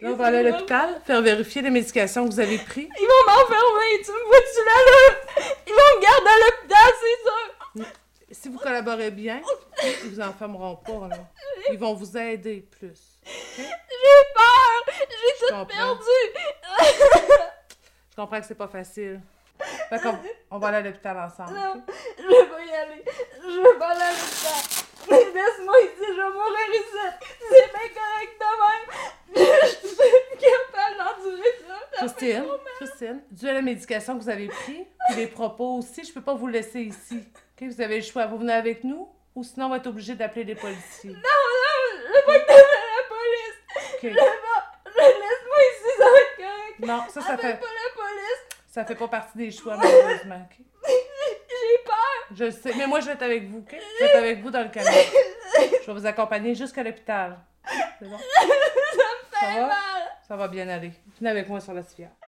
Là, on va aller à l'hôpital, faire vérifier les médications que vous avez prises. Ils vont m'enfermer, tu me vois-tu là, là? Ils vont me garder à l'hôpital, c'est sûr! Si vous collaborez bien, ils vous enfermeront pas, là. Ils vont vous aider plus. J'ai peur! J'ai Je tout comprends. perdu! Je comprends que c'est pas facile. Fait qu'on- on va aller à l'hôpital ensemble. Non, je veux pas y aller. Je veux pas aller à l'hôpital. Laisse-moi ici, je vais mourir ici. C'est bien correct de même. Je suis capable d'endurer ça. Christine, Christine, dû à la médication que vous avez prise, puis les propos aussi, je peux pas vous laisser ici. OK, vous avez le choix, vous venez avec nous, ou sinon on va être obligé d'appeler les policiers. Non, non, je veux pas que t'appelles la police. OK. Je veux pas. Je- Laisse-moi ici, ça va être correct. Non, ça, ça Appelle fait, Ah, pas la police. ça fait pas partie des choix, malheureusement. OK? J'ai peur. Je le sais, mais moi, je vais être avec vous, OK? Je vais être avec vous dans le camion. Je vais vous accompagner jusqu'à l'hôpital. C'est bon? Ça me Ça fait va? mal. Ça va bien aller. Venez avec moi sur la civière.